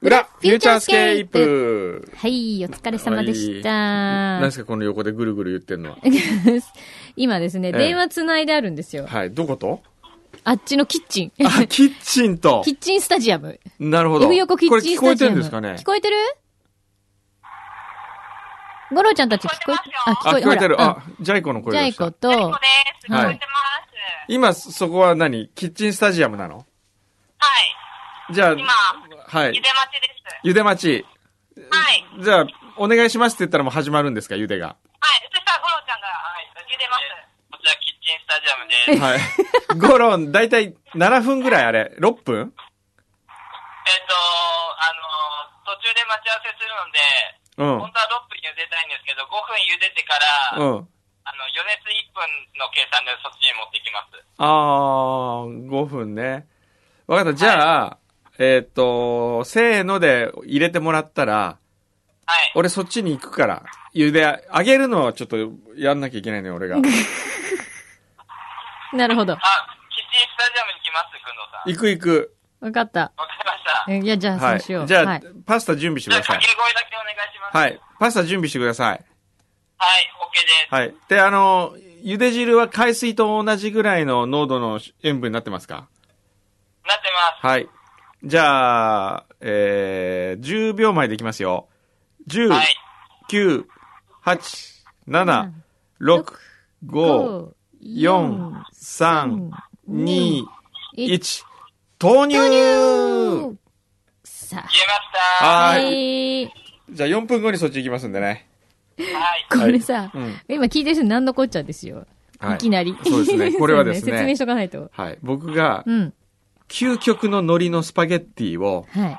フューチャースケープはい、お疲れ様でし何でた。すかこの横でぐるぐる言ってんのは。 今ですね、ええ電話つないであるんですよ。はい、ど ことあっちのキッチン。あ、キッチンとキ。ッチンスタジアム。なるほど。 F 横キッチンスこれ聞こタえジてアるんム。ですかね聞こえてるゴロちゃんたち聞こえて、あ、あ、聞こえてる。ほらあ、ジャイコのうん声ジャでイしコた。と、そうです。聞こえてます。今、そこは何キッチンスタジアムなのはい。じゃあ、今はいゆ。で待ちです。ゆで待ち。はい。じゃあ、お願いしますって言ったらもう始まるんですかゆでが。はい。そしたら、ゴロちゃんが、ゆでます。こちらキッチンスタジアムではす。えっ、い。ゴロン、だいたい7分ぐらいあれ ?6 分と、あのー途中で待ち合わせするので、うん。本当は6分茹でたいんですけど、5分茹でてから、うん。あの、余熱1分の計算でそっちに持ってきます。あー、5分ね。わかった。じゃあ、えーっ、と、せーので入れてもらったら、はい。俺そっちに行くから、茹で、あげるのはちょっとやんなきゃいけないね、 俺が。なるほど。あ、キッチンスタジアムに来ます、くんどさん。行く行く。わかった。わかりました。えいや、じゃあ、そはうしよう。い。じゃあ、はいパスタ準備してくじゃあ、ださ掛いけ。声だけお願いします。ははい。い。パスタ準備してください。はい、OK です。はい。で、あの、茹で汁は海水と同じぐらいの濃度の塩分になってますかなってます。はい。じゃあ、えー、10秒前でいきますよ。10、はい。 9、8、7、6、5、4、3、2、1、投入さ言えました。あ。は。はいい。じゃあ4分後にそっち行きますんでね。はい。これさ、うん。今聞いてる人何のこっちゃですよ。はいいきなり。そうです ねこれはですねそう説明しとかないと。はい。僕がう、ん。究極の海苔のスパゲッティを、はい。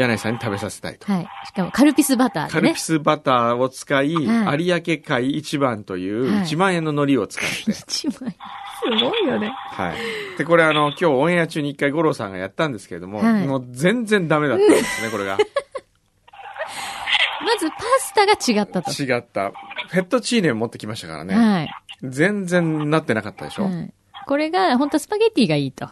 柳井さんに食べさせたいと。はい。しかも、カルピスバターカでルねピ。スバターを使い、有はい明海一番というはい1万円の海苔を使って。 一枚。すごいよね。はい。で、これあの、今日オンエア中に一回五郎さんがやったんですけれども、はいもう全然ダメだったんですね、これが。まず、パスタが違ったと。違った。フェットチーネを持ってきましたからね。はい。全然なってなかったでしょ、はいこれが、本当はスパゲティがいいと。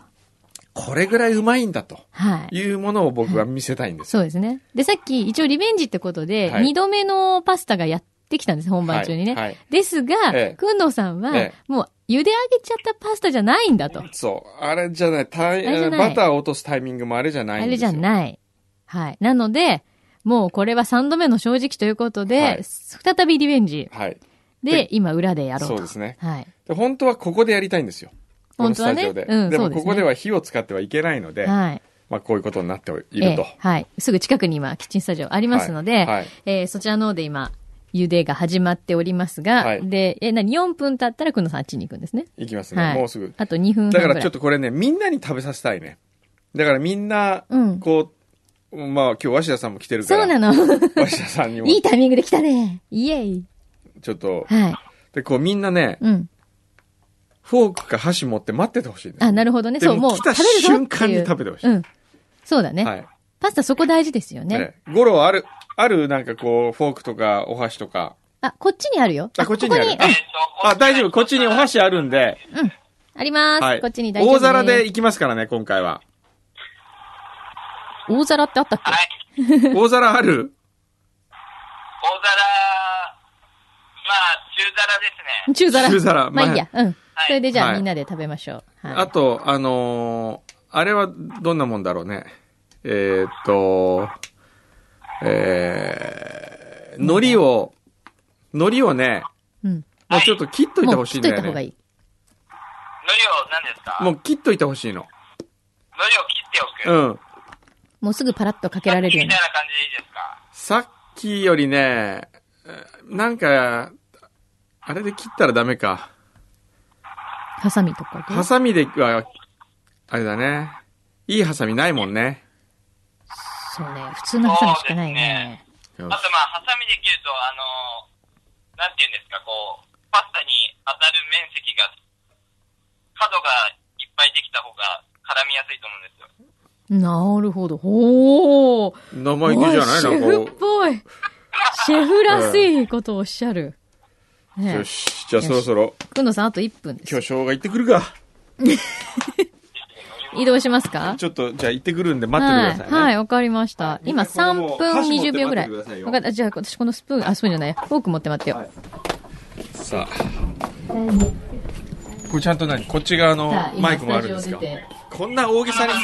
これぐらいうまいんだとはい。いうものを僕は見せたいんです。そうですね。で、さっき、一応リベンジってことで、はい二度目のパスタがやってきたんです、本番中にね。はいはいですが、ええくんどうさんは、ええもう、茹で上げちゃったパスタじゃないんだと。そう。あれじゃない。たいあれじゃないバターを落とすタイミングもあれじゃないんあれですじよ。ゃない。はい。なので、もうこれは3度目の正直ということで、はい再びリベンジ。はい。でで、今裏でやろうそと。うですねはい。で本当はここでやりたいんですよ。この本ス当はタねジオで。うんでそもうですこねこでは火を使ってはいけないので、はい。まあこういうことになっていえるえと。はい。すぐ近くに今、キッチンスタジオありますので、はいはいえーそちらの方で今、茹でが始まっておりますが、はいで、え、何 ?4 分経ったらくんのさんあっちに行くんですね。いきますね、はい。もうすぐ。あと2分半ぐだらかい。らちょっとこれね、みんなに食べさせたいね。だからみんなうん、こう、まあ今日鷲田さんも来てるかそうなら、の。 鷲田さんにもいいタイミングで来たね。イエイ。ちょっと、はい。で、こうみんなね、うん。フォークか箸持って待っててほしいね。あ、なるほどね。でそう、もう、来た食べるぞっていう瞬間に食べてほしいうん。そうだね。はい。パスタそこ大事ですよね。ね。ゴロはある、あるなんかこう、フォークとかお箸とか。あ、こっちにあるよ。あ、こっちにある。ここあにここにあ、大丈夫。こっちにお箸あるんで。あります。はい。こっちに大丈夫。大皿で。いきますからね、今回は。大皿ってあったっはい。大皿ある大皿、まあ、中皿ですね。け中皿。中皿まあいいや。うん。いそれでじゃはあいみんなで食べましょう。はあい。と、あのーあれはどんなもんだろうね。えーっと、えー、海苔を、海苔をね、うん。もうちょっと切っといてもうほし切いっんだといた方よがいね。い。海苔を何ですかもう切っといてほしいの。海苔を切ってうおく。さっん。もうすぐパラッとかけられるきようみにたい。な感じでいいですかさっきよりね、えーなんか、あれで切ったらダメか。ハサミとかでハ。サミでは、あれだね。いいハサミないもんね。そうね。普通のハサミしかないね。よあとまあ、ハサミで切ると、あのー、なんていうんですか、こう、パスタに当たる面積が、角がいっぱいできた方が絡みやすいと思うんですよ。なるほど。ほー。し生意気じゃないシなェんかフっぽい。シェフらしいことをおっしゃる。こう。ねよし。じゃあそろそろ、くんどさんあと1分です今。日生姜行ってくるか。乗り移動しますかちょっと、じゃあ行ってくるんで待っててください、ね。はい、はい、わかりました。い今みんなこの3分箸持って20秒ぐらい。待っててくださいよわかった。じゃあ私このスプーン、あ、スプーンじゃない。フォーク持って待ってよ。はいさあ。これちゃんと何こっち側のさあ今マイクもあるんですスタかジオ出てこんな大げさに。半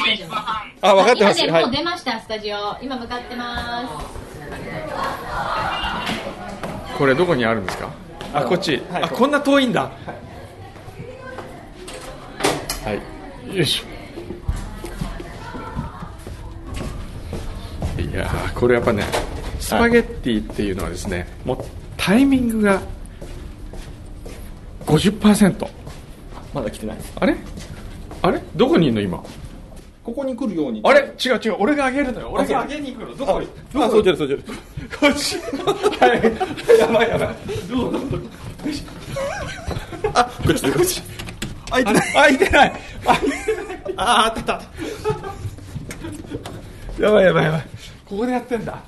あ、分かってます。今はね、もうい。出ました、スタジオ。今向かってます。これどこにあるんですかあ、こっち。あ、こんな遠いんだ。はい。よいしょ。いやー、これやっぱね、スパゲッティっていうのはですね、もうタイミングが50%。まだ来てないですあれあれどこにいんの今ここに来るようにあれ違う違う俺があげるのよ俺があそあうげに行くのどこにどあこそうじゃそうじゃこっちはいやばいやばいどうぞどうぞあこっちこっち開いてない開いてない開いてないあああったあったやばいやばいやばいここでやってんだ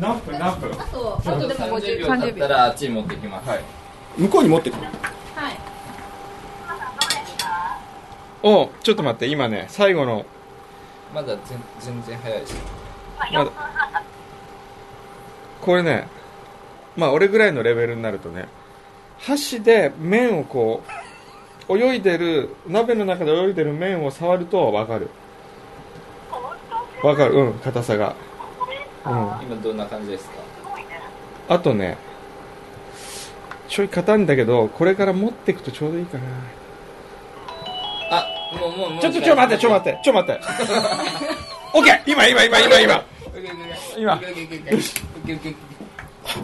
何分何分あとでも50秒。経ったらあっちに持ってきます。向こうに持ってくるはい。おうちょっと待って今ね最後のまだ全全然早いです。まだこれねまあ俺ぐらいのレベルになるとね箸で麺をこう泳いでる鍋の中で泳いでる麺を触ると分かる分かるうん硬さがうん今どんな感じですかあとねちょい硬いんだけどこれから持っていくとちょうどいいかなあ、もうもうもう。ちょっとちょ待ってちょ待ってちょ待ってオッケー今今今今今て今今。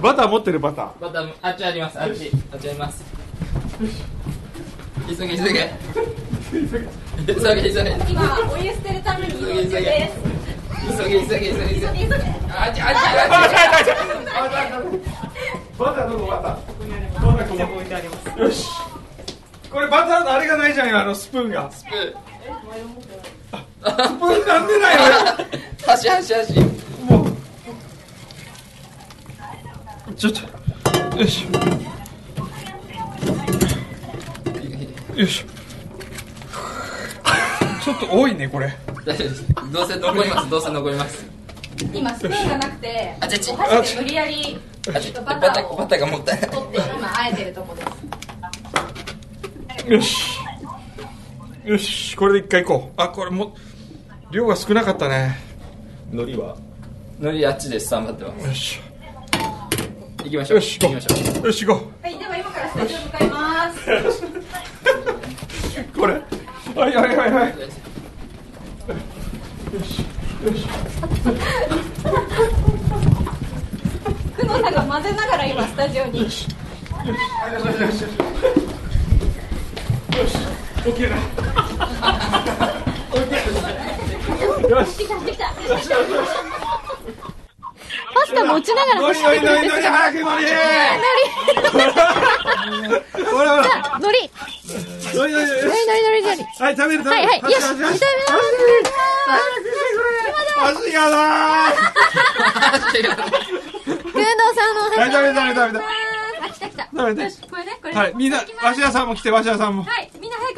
バター持ってるバターまたあっちあります。あっちあっちあります。急げ急げ。急げ急げ。今お湯捨てるために急げ急げ。急げ急げ急げ急げ。急げあっちあっちあっち。バターどこバターバターここ置いてあり ますよしこれバターのあれがないじゃん今あのスプーンがスプーンなんでない箸箸箸。俺もうちょっとよしよしちょっと多いねこれ大丈夫です。どうせ残ります。どうせ残ります。今スプーンがなくてあっちあっち。お箸で無理やりあちょっとバタバタがもったいない取って今あえてるとこですよしよしこれで一回いこうあこれも量が少なかったね海苔はのりあっちです頑張ってますよし行きましょうよし行行きこましょううよし行こはいでは今からスタジオ向かいますうこれはいはいはい はい久野さんが混ぜながら今スタジオによしできたできたパスタ持ちながらの走りっのてりくのるんりでのすり早くのりよ。ほらほらのりのりのりのりのりのりのりのり。はい食べる食べるはいはい。よし、いただきます。足がなー工藤さんのおはい話。食べた食べたあ来た来た食べたよしこれねこれねはいみんなきます芦田さんも来て芦田さんもはいみんな早く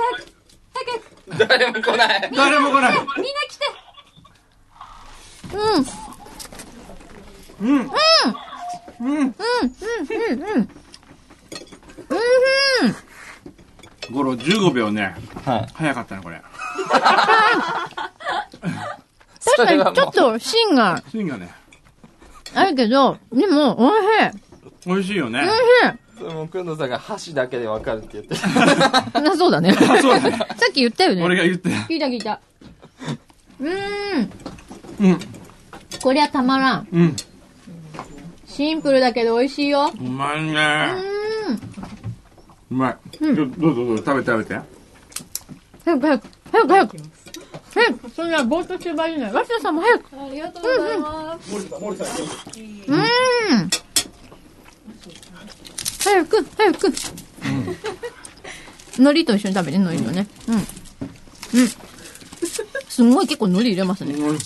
早く早く早く誰も来ない誰も来ないみんな来てうん。ゴロ15秒ねはい早かったねこれ確かにちょっと芯が芯がねあるけど、でも、美味し美味しい。いよね美味しそれもう工藤さんが箸だけでわかるって言ってい。な、そうだね。さそうだねっき言ったよね。俺が言って聞いた聞いた。うーうん。んこりゃたまらん。うんシンプルだけど美味しいよ。うまいうねーん。うまいどどうぞどうぞ食べて食べて早く早く、早く早く。早く、そんなぼーっとしてる場合じゃない。わしさんも早く。ありがとうございますうーん。早く、早く。海苔と一緒に食べて、海苔とね。うん。うん。すごい結構海苔入れますね。うん。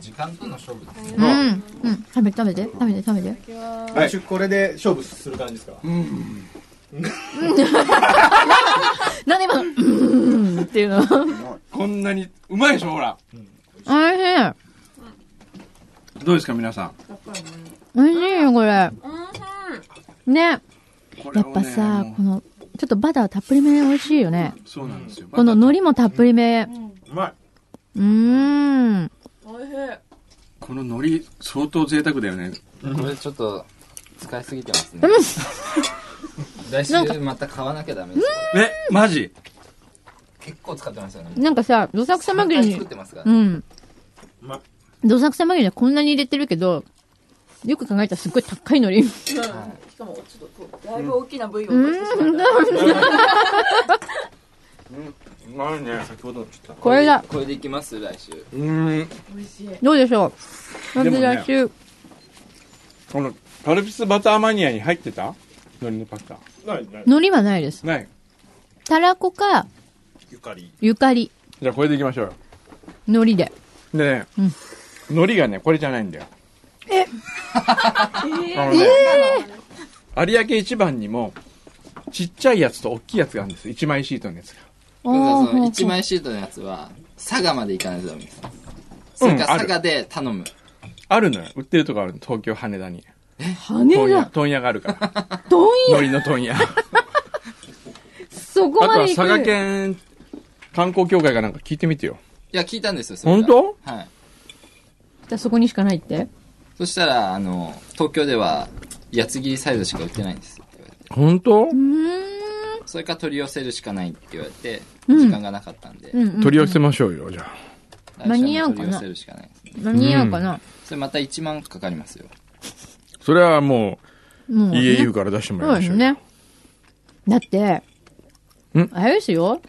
時間との勝負ですうん。うん。食べて、食べて、食べて、食べて。来週これで勝負する感じですか なんで今の、うーんっていうの。ここんなにうまいでしょほらおいしい。どうですか皆さんおいしいよ、これ。ね。やっこれをねぱさも、うこの、ちょっとバターたっぷりめ美味しいよね。そうなんですよこのまた海苔もたっぷりめ。うまいうーん。この海苔相当贅沢だよねこれちょっと使いすぎてますねうん来週また買わなきゃダメですよえマジ結構使ってますよねなんかさ、どさくさまぎり三回に作っ、てますからうねんま。どさくさまぎりにはこんなに入れてるけど、よく考えたらすっごい高いのり。しかもちょっとこうだいぶ大きな部位をう落としてしまっうまいね先ほどちょっこれだ。これでいきます来週とうーんた美味しいどうでしょうなんでもでね来週。このカルピスバターマニアに入ってた海苔のパスタ海苔はないです。ないたらこか、ゆかり。じゃあこれでいきましょうよ海苔で。でね、うん海苔がねこれじゃないんだよえ あのね、有明一番にもちっちゃいやつと大きいやつがあるんです一枚シートのやつがだからそのー一枚シートのやつは佐賀まで行かないとダメですそれかある佐賀で頼むあるのよ売ってるとこあるの東京羽田に羽問屋だ。問屋があるからどんや、海苔の問屋あそことまはで行佐く。賀県観光協会がなんか聞いてみてよいや聞いたんですよそれ本が当はいじゃあそこにしかないってそしたらあの東京では八つ切りサイズしか売ってないんですって言われて本当うーん。それから取り寄せるしかないって言われてうん時間がなかったんで、うん、うん。取り寄せましょうよじゃあ来週はも間に合うかな取り寄せるしかないですね間に合うかな、それまた1万かかりますよそれはももううね EAU から出してもらいそうまでしょすうよね。だって、んあれですよ。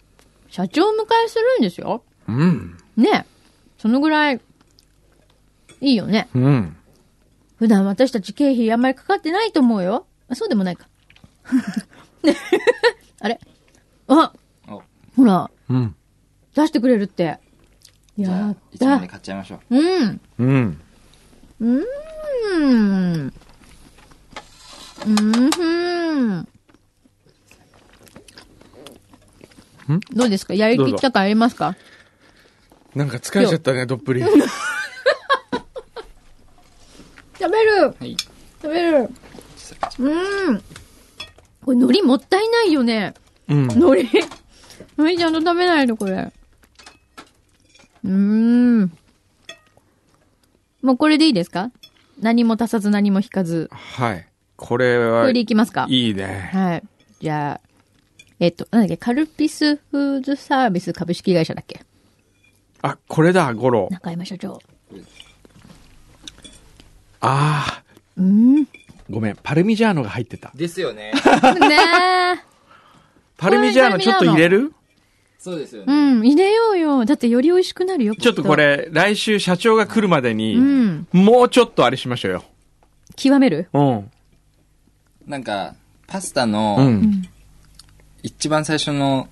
社長を迎えするんですよ。うんね。そのぐらい、いいよね。うん普段私たち経費あんまりかかってないと思うよ。あ、そうでもないか。 あれあおほら、うん出してくれるって。じゃやあっ1万たで。買っちゃいましょううん。うんうん。うん。どうですかやりきった感ありますかなんか疲れちゃったねどっぷり食べるはい食べるうん。これ海苔もったいないよね。うん海苔。海苔ちゃんと食べないの、これ。うーん。もうこれでいいですか何も足さず何も引かず。はいこれこはれでいいきますかいねはい。じゃあ、えっと、なんだっけ、カルピスフーズサービス株式会社だっけあこれだゴロ中山社長。ああうん。ねごめんパルミジャーノが入ってたです よねえ。パルミジャーノちょっと入れるそうですようね、ん、入れようよ。だってより美味しくなるよ。きちょっとこ。れ来週社長が来るまでに、うん。もうちょっとあれしましょうよ極めるうんなんかパスタうのん一番最初の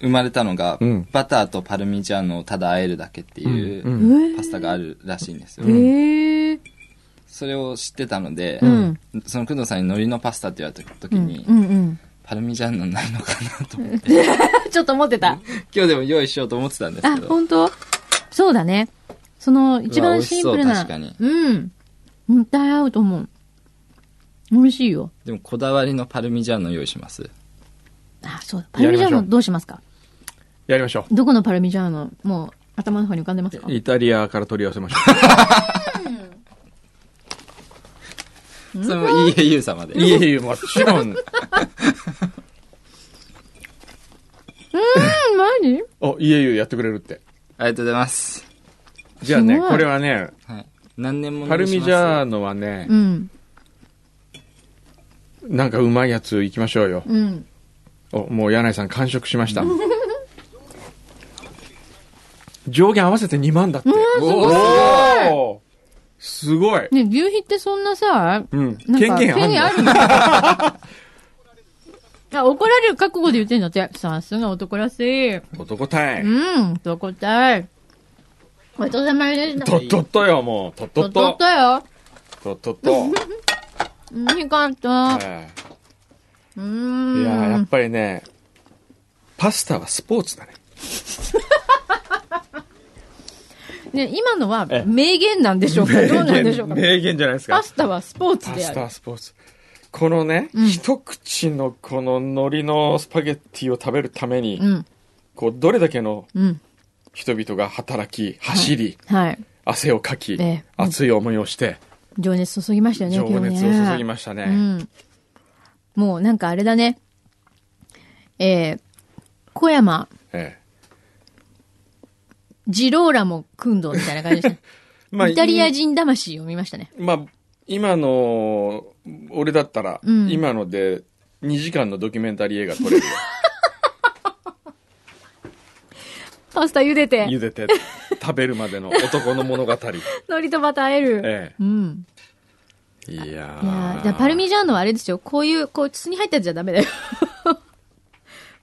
生まれたのが、うんバターとパルミジャーノをただ和えるだけっていうんえうパスタがあるらしいんですよ、ええ。それを知ってたので、うんその工藤さんに海苔のパスタって言われた時に、うんうん。パルミジャーノないのかな と思って ちょっと思ってた。今日でも用意しようと思ってたんですあけ、ど本当そうだね。その、一うわ番美味しシンそうプルな。確かにうん。絶対合うと思う。美味しいよ。でもこだわりのパルミジャーノ用意しますあ、そうだ。パルミジャーやりましょノうどうしますかやりましょどこのパルミジャーノもう頭の方に浮かんでますかうイタリアから取り寄せましょそれも EAU 様でういえいえもちろ んうん、マジおいえいえやってくれるってありがとうございます、じゃあねすごいこれはねはい、何年もパルミジャーーノはねう、ん。なんかうまいやついきましょうようん。おもう柳井さん完食しました上限合わせて2万だっておーすごいね、牛皮ってそんなさ、うんなん権か限あんのるの あ怒られる覚悟で言ってんだって。さすが男らしい。男たいうん、と答え。ごちそうさまでした。とっとっとよもうとっとっとっととよ。とっとっとうんよかった。はういいやーやっーん。ぱりねパスタはスポーツだねね、今のはええ名言なんでしょうかどうなんでしょうか名言じゃないですかパ。スタはスポーツパであスるタ。スポーツ。このね、うん一口のこの海苔のスパゲッティを食べるために、うん、こう、どれだけのうん。人々が働き、走り、はい。汗をかき、ええ熱い思いをして、情熱注ぎましたよね、情今熱日ねを注ぎましたね。うん。もうなんかあれだね。えー、小山、えジローラも訓導みたいな感じでした。え まあイタリア人魂を見ましたね。まあ、今の、俺だったら、うん今ので2時間のドキュメンタリー映画 撮れるよ。パスタ茹でて、茹でて、食べるまでの男の物語。海苔とバターあえる。えうん。え。いやいやーじゃあパルミジャーノはあれですよ。こういう、こう、筒に入ったやつじゃダメだよ。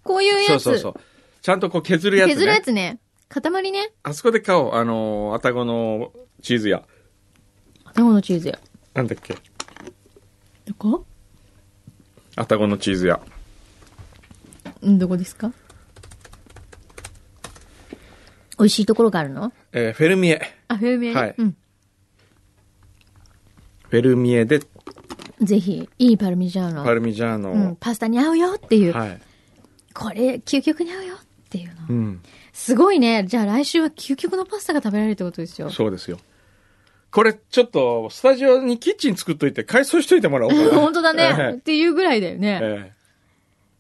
こういうそやうつ。そうそう。ちゃんとこう削るやつね。削るやつね。塊ね。あそこで買おう。あのー、あたごのチーズ屋。卵のチーズや。なんだっけ。どこあたごのチーズ屋。うん、どこですか美味しいところがあるのえーフェルミエ。あ、フェルミエねはいうん。フェルミエでぜひ、いいパルミジャーパノ。ルミジャーノを。うん、パスタに合うよっていう。はい。これ、究極に合うよっていうの。うん。すごいね。じゃあ来週は究極のパスタが食べられるってことですよ。そうですよ。これ、ちょっと、スタジオにキッチン作っといて、改装しといてもらおうかな。 本当だね。っていうぐらいだよえね。え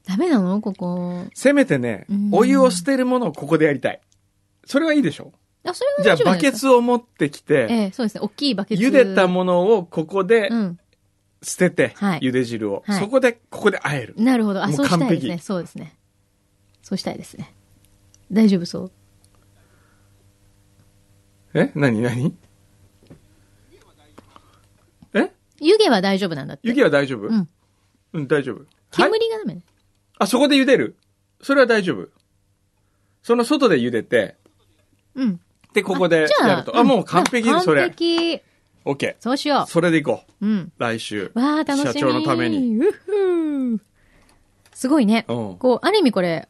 ダメなのここ。せめてねうん、お湯を捨てるものをここでやりたい。それはいいでしょあ、それはじゃ大あ、丈夫バなんでケすかツを持ってきて、ええ、そうですね。大きいバケツ。茹でたものをここでうん。捨てて、はい茹で汁を。はいそこで、ここで和える。なるほど。あ、もうそうしたいです完ね。璧そうですね。そうしたいですね。大丈夫そうえ何何え湯気は大丈夫なんだって。雪は大丈夫うん。うん、大丈夫。はい。煙がダメね。あ、そこで茹でるそれは大丈夫。その外で茹でて、うん。で、ここでじゃあやると。あ、もう完璧あそ完れ。璧。オッケそうしよー。それでいこう。う。うん。来週。わあ、楽し社み。長のために。うっふーすごいね。うんこう、ある意味これ、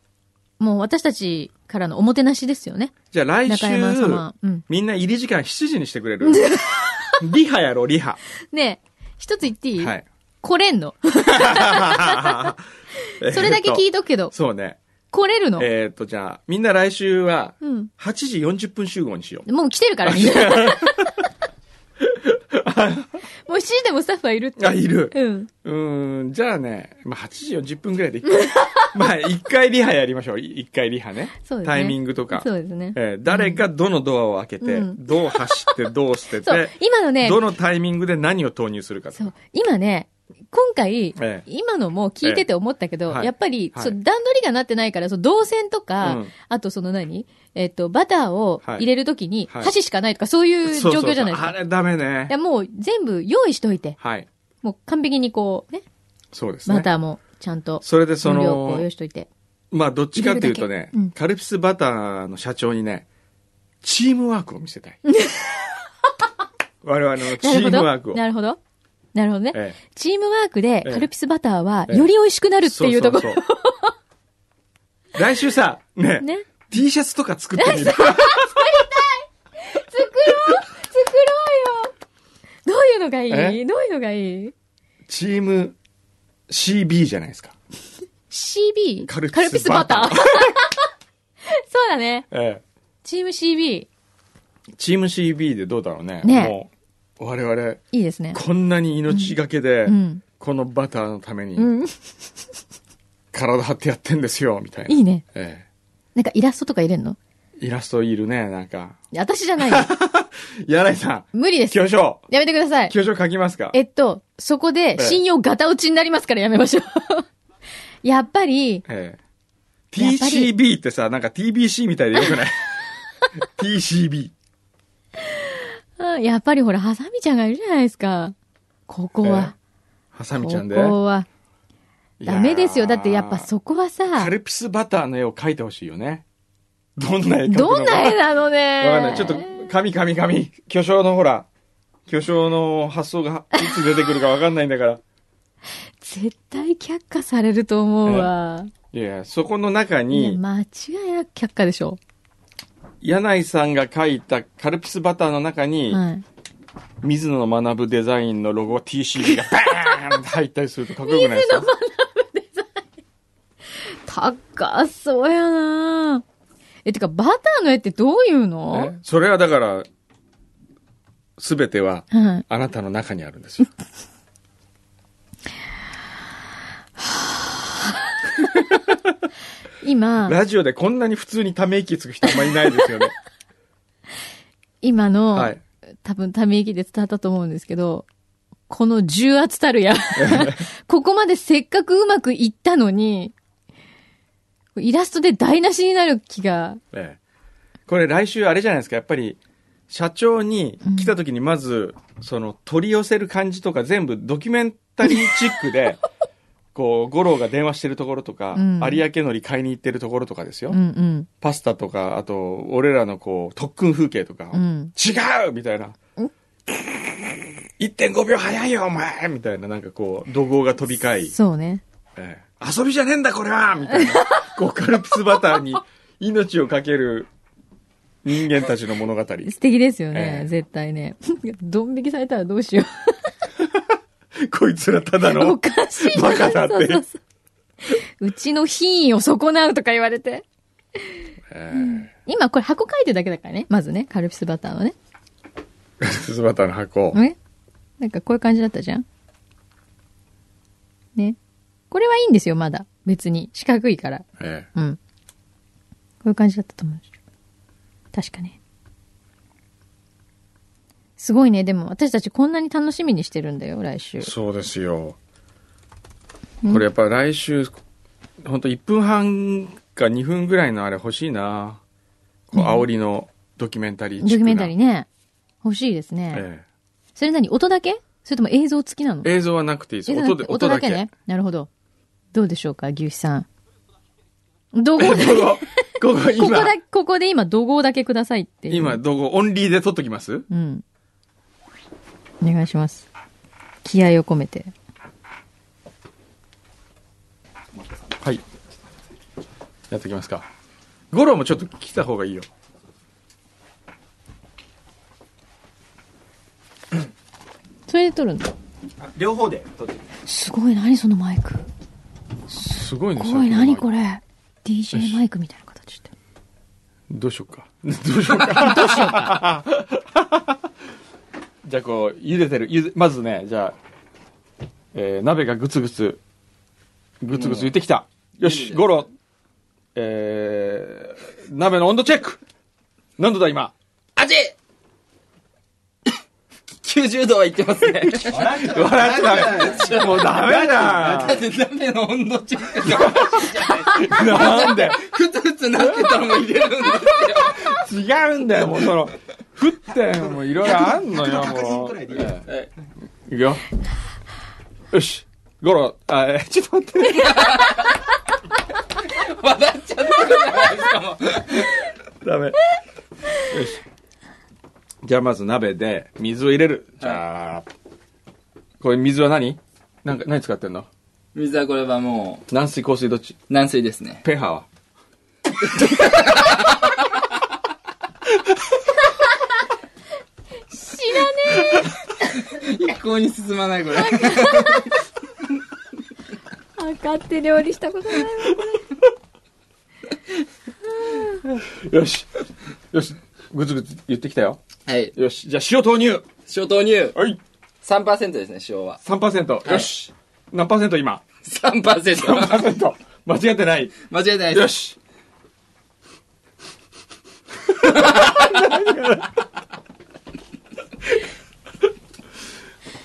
もう私たちからのおもてなしですよね。じゃあ来週中、山様。うん。みんな入り時間7時にしてくれ るリハやろ、リハ。ねえ、一つ言っていい、はい。来れんのそれ だけ聞いて。とくけど、そうね。来れるの、えーっと、じゃあ、みんな来週は、うん。 8時40分集合にしよう。もう来てるからみんな。もう7時でもスタッフはいるって。あ、いる。うん。うーん、じゃあね、まあ、8時40分ぐらいでいいか まあ、一回リハやりましょう。い一回リハね。そうですねタイミングとか。そうですね。えー誰がどのドアを開けて、うんどう走って、どう捨てそうて、、今のね、どのタイミングで何を投入するかとそう、今ね、今回、ええ今のも聞いてて思ったけど、ええはいやっぱり、はいそう段取りがなってないから、そう動線とか、うんあとその何えっ、と、バターを入れるときに、はいはい箸しかないとか、そういうそ状うそうそう況じゃないですか。あれダメいやね。もう全部用意しといて、はい。もう完璧にこう、ね、そうですね。バターもちゃんと、それでそ分量をこうの用意、しといて。まあどっちかっていうとね、入れるだけうんカルピスバターの社長にね、チームワークを見せた い。我々のチなるほームワークを。ど。なるほど。なるほどね。えチームワークで、ええカルピスバターは、ええより美味しくなえるっていうところ。そうそうそう来週さ、ね、 ね。 T シャツとか作ってみ る。作ろう作ろうよどういうのがいいえどういうのがいいチーム CB じゃないですか。 ?CB? カルピスバター そうだね。えチーム CB。えチーム CB でどうだろうね。ねもう、我々、いいですね。こんなに命がけで、うん。このバターのためうにん。体張ってやってんですよ、みたいな。いいね。えなんかイラストとか入れんのえイラストいるね、なんか。いや私じ ゃないよ。柳井さん。無理です。巨匠やめてください。巨匠書きますかえっと、そこでえ信用ガタ落ちになりますからやめましょう。 やっぱり、ええやっぱり TCB ってさ、なんか TBC みたいでよ くない ?TCB。うんやっぱりほら、ハサミちゃんがいるじゃないですか。ここは。ハサミこちゃんで。こは。いやーダメですよ。だってやっぱそこはさカ、ルピスバターの絵を描いてほしいよね。どんな絵描くのかどんな絵なのね。わかんない。ちょっと、神神神。巨匠のほら、巨匠の発想がいつ出てくるかわかんないんだから。絶対却下されると思うわ。いや、そこの中いや、に、間違いなく却下でしょ。柳井さんが書いたカルピスバターの中に、はい。水野学ぶデザインのロゴ TCB がバーンって入ったりするとかっこよくないですか高そうやなえ、てか、バターの絵ってどういうのねそれはだから、すべてははい。あなたの中にあるんですよ。今、ラジオでこんなに普通にため息つく人あんまりいない ですよね。今の、はい。多分ため息で伝わったと思うんですけど、この重圧た るや、ここまでせっかくうまくいったのに、イラストで台無しになる気が、ええこれ来週あれじゃないですか、やっぱり、社長に来た時にまず、その取り寄せる感じとか全部ドキュメンタリーチック で、こう、五郎が電話してるところとか、う有ん明海苔買いに行ってるところとかですよ。うんパスタとか、あと、俺らのこう、特訓風景とか、うん、うん。違うみたいな。1.5秒早いよ、お前みたいな、なんかこう、怒号が飛び交い、そうね。ええ遊びじゃねえんだ、これはみた いな、こう、カルピスバターに命をかける人間たちの 物語。素敵ですよね、ええ絶対ね。 ドン引きされたらどうしよこいつらただう。おの、かしい。バカだってそうそうそううちの品位を損なうとか言われて。え今これ箱書いてるだけだからね。まずね、カルピスバターのね。えカルピスバターの箱。ねなんかこういう感じだったじゃんね。これはいいんですよ、まだ。別に。四角いから。ええうん。こういう感じだったと思うんですよ確かね。すごいね。でも私たちこんなに楽しみにしてるんだよ、来週。そうですよ。これやっぱ来週、ほんと1分半か2分ぐらいのあれ欲しいな。こう、煽りのドキュメンタリードチキックなュメンタリーね。欲しいですね。えそれ何音だけそれとも映像付きなのえ映像はなくていいです。映像な音くで、て音だけね。なるほど。どうでしょうか、牛肥さん。どこだけ音だけ。ここ、ここここ今、だ、ここで今、怒号だけくださいっていう。今、どこ、オンリーで撮っときますうん。お願いします。気合を込めて。はい。やってきますか。ゴロもちょっと来た方がいいよ。それで撮るんだ。両方で撮ってすごい、何そのマイク。すごいね。すご最い、近何これ。DJ マイクみたいな形して。どうしようか。 どうしようか。じゃあこう、茹でてる。ゆでまずね、じゃあ、えー鍋がぐつぐつ、ぐつぐつ言ってきた。よし、ゴロ、えー、鍋の温度チェック何度だ今味 !90 度はいってます ね。笑っちゃダメ。もう ダメだ。鍋の温度チェックなんでふつふつなってたのも入れるんですよ。違うんだよ、もうその、降って、もういろいろあんのよ、もう。ええいくよ。よし。ゴロ、あ、え、ちょっと待って。笑っちゃったじゃないですか、もう。ダメ。よし。じゃあまず鍋で水を入れる。じゃあ、これ水は何なんか、何使ってんの水はこれはもう、軟水、硬水どっち軟水ですね。ペーハーは知らね一向に進 まない、これ。え。かって料理したことない。よし。よし。ぐつぐつ言ってきたよ。はい。よし。じゃあ塩投入。塩投入。はい。 3%ですね、塩は。 3%。よし。何パーセント今3%。 3%。間 違ってない。間違いないでよす。し。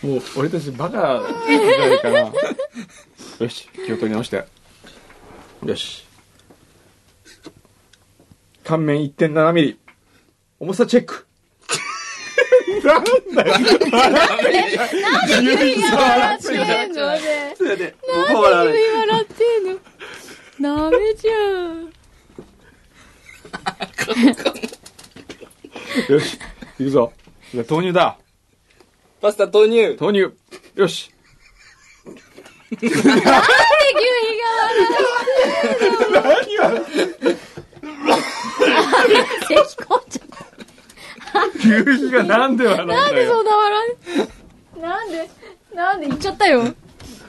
もう俺たちバカじゃないかな。よし、気を取り直して。よし。乾麺1.7ミリ。重さチェック。なんだよ。なんで笑ってんのなんで今笑ってんのダメじゃん。よし、行くぞ。じゃあ豆乳だ。パスタ投入。豆乳。よし。で、牛皮が笑何やう。咳込夕日がなんで笑うんなんだでそよんな笑いなんでなんで行っちゃったよ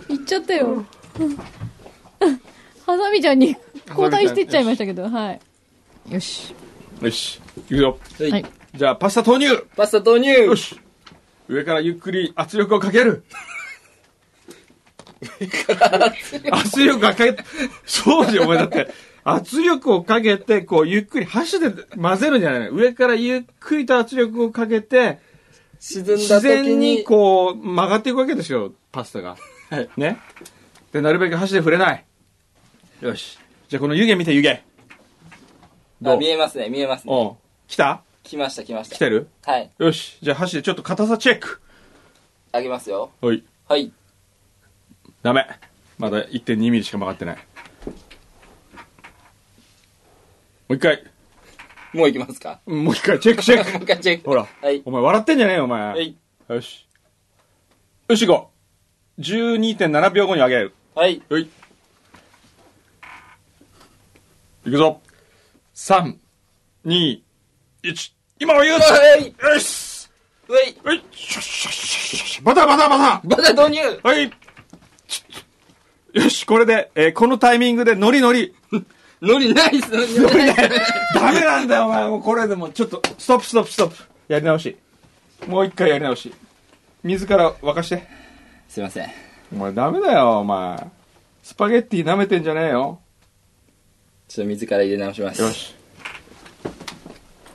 行っちゃったよハサミちゃんに交代してっちゃいましたけどはいよしよしいくよはいはいじゃあパスタ投入パスタ投入よし上からゆっくり圧力をかけ る圧力かけ、そうじゃん、お前だって、圧力をかけて、こう、ゆっくり、箸で混ぜるんじゃないの上からゆっくりと圧力をかけて、沈ん自だ時然にに、こう、曲がっていくわけですよ、パスタが。はいね。で、なるべく箸で触れない。よし。じゃあ、この湯気見て、湯気。どあ、う見えますね、見えますね。おう来た来ました、来ました。来てるはい。よし。じゃあ、箸でちょっと硬さチェック。あげますよ。はい。はい。ダメ。まだ1.2ミリしか曲がってない。もう一回。もう行きますか。 もう一回、チェックチェックもう一回チェック。ほら、はいお前笑ってんじゃねえよ、お前。はい。よし。よし、行こう。12.7秒後に上げる。はい。よい。行くぞ。3、2、1。今は言うはい。なよしはい。はいシュッシュッシュッシュッバタバタババタ投入タはいよし、これで、えーこのタイミングでノリノリ。ノリナイスノリノリナだイスよダメなんだよ、お前。もうこれでもうちょっと、ストップ、ストップ、ストップ。やり直し。もう一回やり直し。水から沸かして。すいません。お前ダメだよ、お前。スパゲッティ舐めてんじゃねえよ。ちょっと水から入れ直します。よし。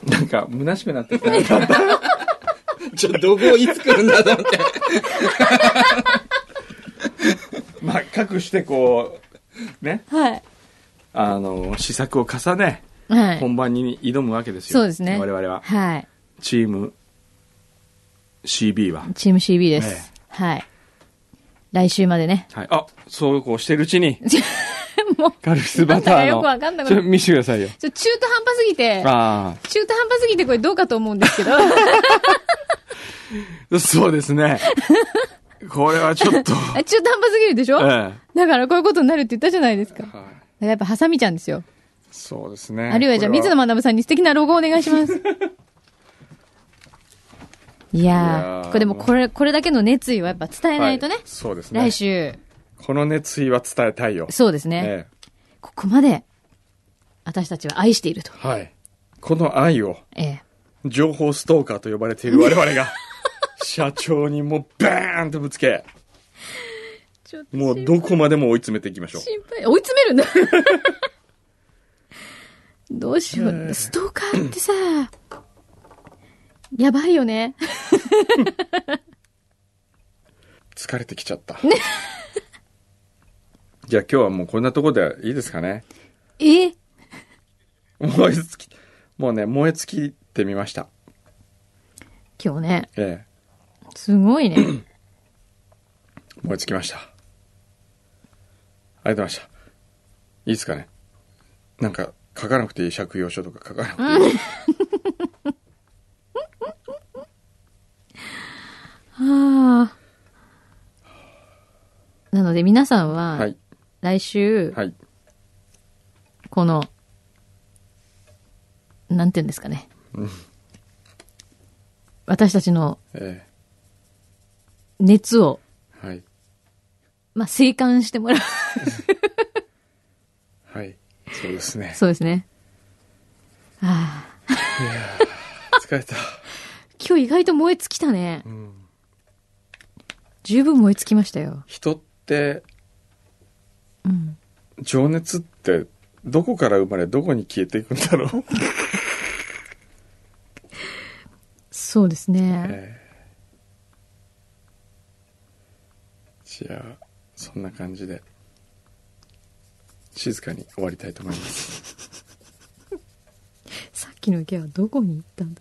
なんか、虚しくなってき た。ちょ、どこをいつ来るんだと思って。まあ、かくしてこう、ね、はいあの、試作を重ね、はい本番に挑むわけですよ。そうですね我々は。はいチーム CB は。チーム CB ですはい来週まで ねはい。あ、そうこうしてるうち に、もうカルピスバターなんだかよの。くわかんなくちなょる見せてくださいよ。ちょ中途半端すぎてあ中途半端すぎてこれどうかと思うんですけ どはあ。そうです ね。これはちょっと。い中途半端すぎるでしょえだからこういうことになるって言ったじゃないですかだえか。らやっぱハサミちゃんですよそうですね。あるいはじゃあ、これ水野学さんに素敵なロゴをお願いし ます。いいややーー、これでもこれ、これだけの熱意はやっぱ伝えないとね。はいそうですね。来週、この熱意は伝えたいよ。そうですね。ええここまで、私たちは愛していると。はい。この愛を、ええ。情報ストーカーと呼ばれている我々が、社長にもうバーンとぶつけ、ちょっともうどこまでも追い詰めていきましょう。心配、追い詰めるんだ。 どうしよう。ストーカーってさ、やばいよね。疲れてきちゃった。 じゃあ今日はもうこんなところでいいですかね。燃ええ尽き、もうね、燃え尽きてみました。今日ね、えすごい ね。え、燃え尽きました。ありがとうございました。いいですかね。なんか、書かなくていい借用書とか書かなくていい。はあ。なので皆さんは、はい。来週、はい。この、なんて言うんですかね。私たちのえ熱を、え、はい。まあ、生還してもらう。 はい。そうですね。そうですね。ああ。疲れた。 今日意外と燃え尽きたねう。ん。十分燃え尽きましたよ。人って、うん。情熱って、どこから生まれ、どこに消えていくんだろう。そうですね。えーじゃあそんな感じで静かに終わりたいと思いますさっきの池はどこに行ったんだ